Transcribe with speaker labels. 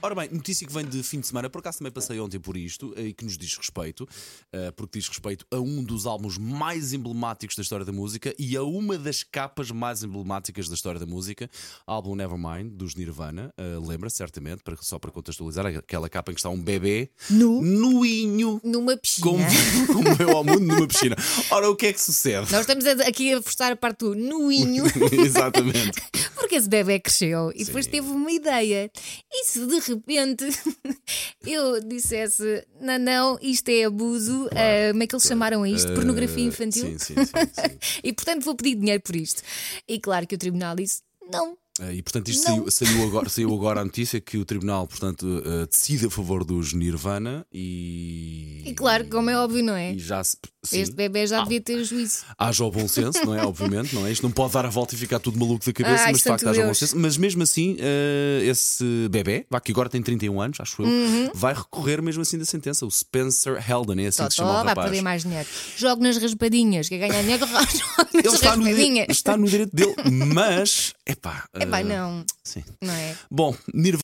Speaker 1: Ora bem, notícia que vem de fim de semana, por acaso também passei ontem por isto eh, e que nos diz respeito, eh, porque diz respeito a um dos álbuns mais emblemáticos da história da música e a uma das capas mais emblemáticas da história da música, álbum Nevermind, dos Nirvana, eh, lembra certamente, para- só para contextualizar, aquela capa em que está um bebê
Speaker 2: Nu.
Speaker 1: nuinho.
Speaker 2: Numa
Speaker 1: Com,
Speaker 2: piscina.
Speaker 1: como eu ao mundo numa piscina. Ora, o que é que sucede?
Speaker 2: Nós estamos a- aqui a forçar a parte do nuinho,
Speaker 1: Exatamente.
Speaker 2: porque esse bebê cresceu e depois teve uma ideia. E se de repente eu dissesse: não, não, isto é abuso, ah, como é que eles chamaram a isto? Pornografia
Speaker 1: Eh,
Speaker 2: infantil?
Speaker 1: Sim, sim, sim. sim.
Speaker 2: E portanto vou pedir dinheiro por isto. E claro que o tribunal disse: não,
Speaker 1: Eh, E portanto isto saiu,
Speaker 2: Não.
Speaker 1: saiu agora, saiu agora a notícia que o tribunal portanto eh, decide a favor dos Nirvana e
Speaker 2: E claro, como é óbvio, não é?
Speaker 1: E já se, sim, Ah,
Speaker 2: este bebê já devia ter juízo.
Speaker 1: haja o bom senso, não é? Obviamente, não é? Isto não pode dar a volta e ficar tudo maluco da cabeça,
Speaker 2: Ai,
Speaker 1: mas de
Speaker 2: santo
Speaker 1: facto haja o bom
Speaker 2: Deus.
Speaker 1: senso. Mas mesmo assim, eh, esse bebê, vá que agora tem 31 anos, acho eu,
Speaker 2: Uhum.
Speaker 1: vai recorrer mesmo assim da sentença. O Spencer Helden, é assim que se chama
Speaker 2: Totó
Speaker 1: o
Speaker 2: vai
Speaker 1: rapaz.
Speaker 2: perder mais dinheiro. Jogo nas raspadinhas, quer ganhar dinheiro, jogo
Speaker 1: Ele
Speaker 2: nas
Speaker 1: está no, dire-
Speaker 2: raspadinhas.
Speaker 1: está no direito dele, mas epá,
Speaker 2: Epá,
Speaker 1: eh,
Speaker 2: não,
Speaker 1: Sim.
Speaker 2: não é?
Speaker 1: Bom, Nirvana.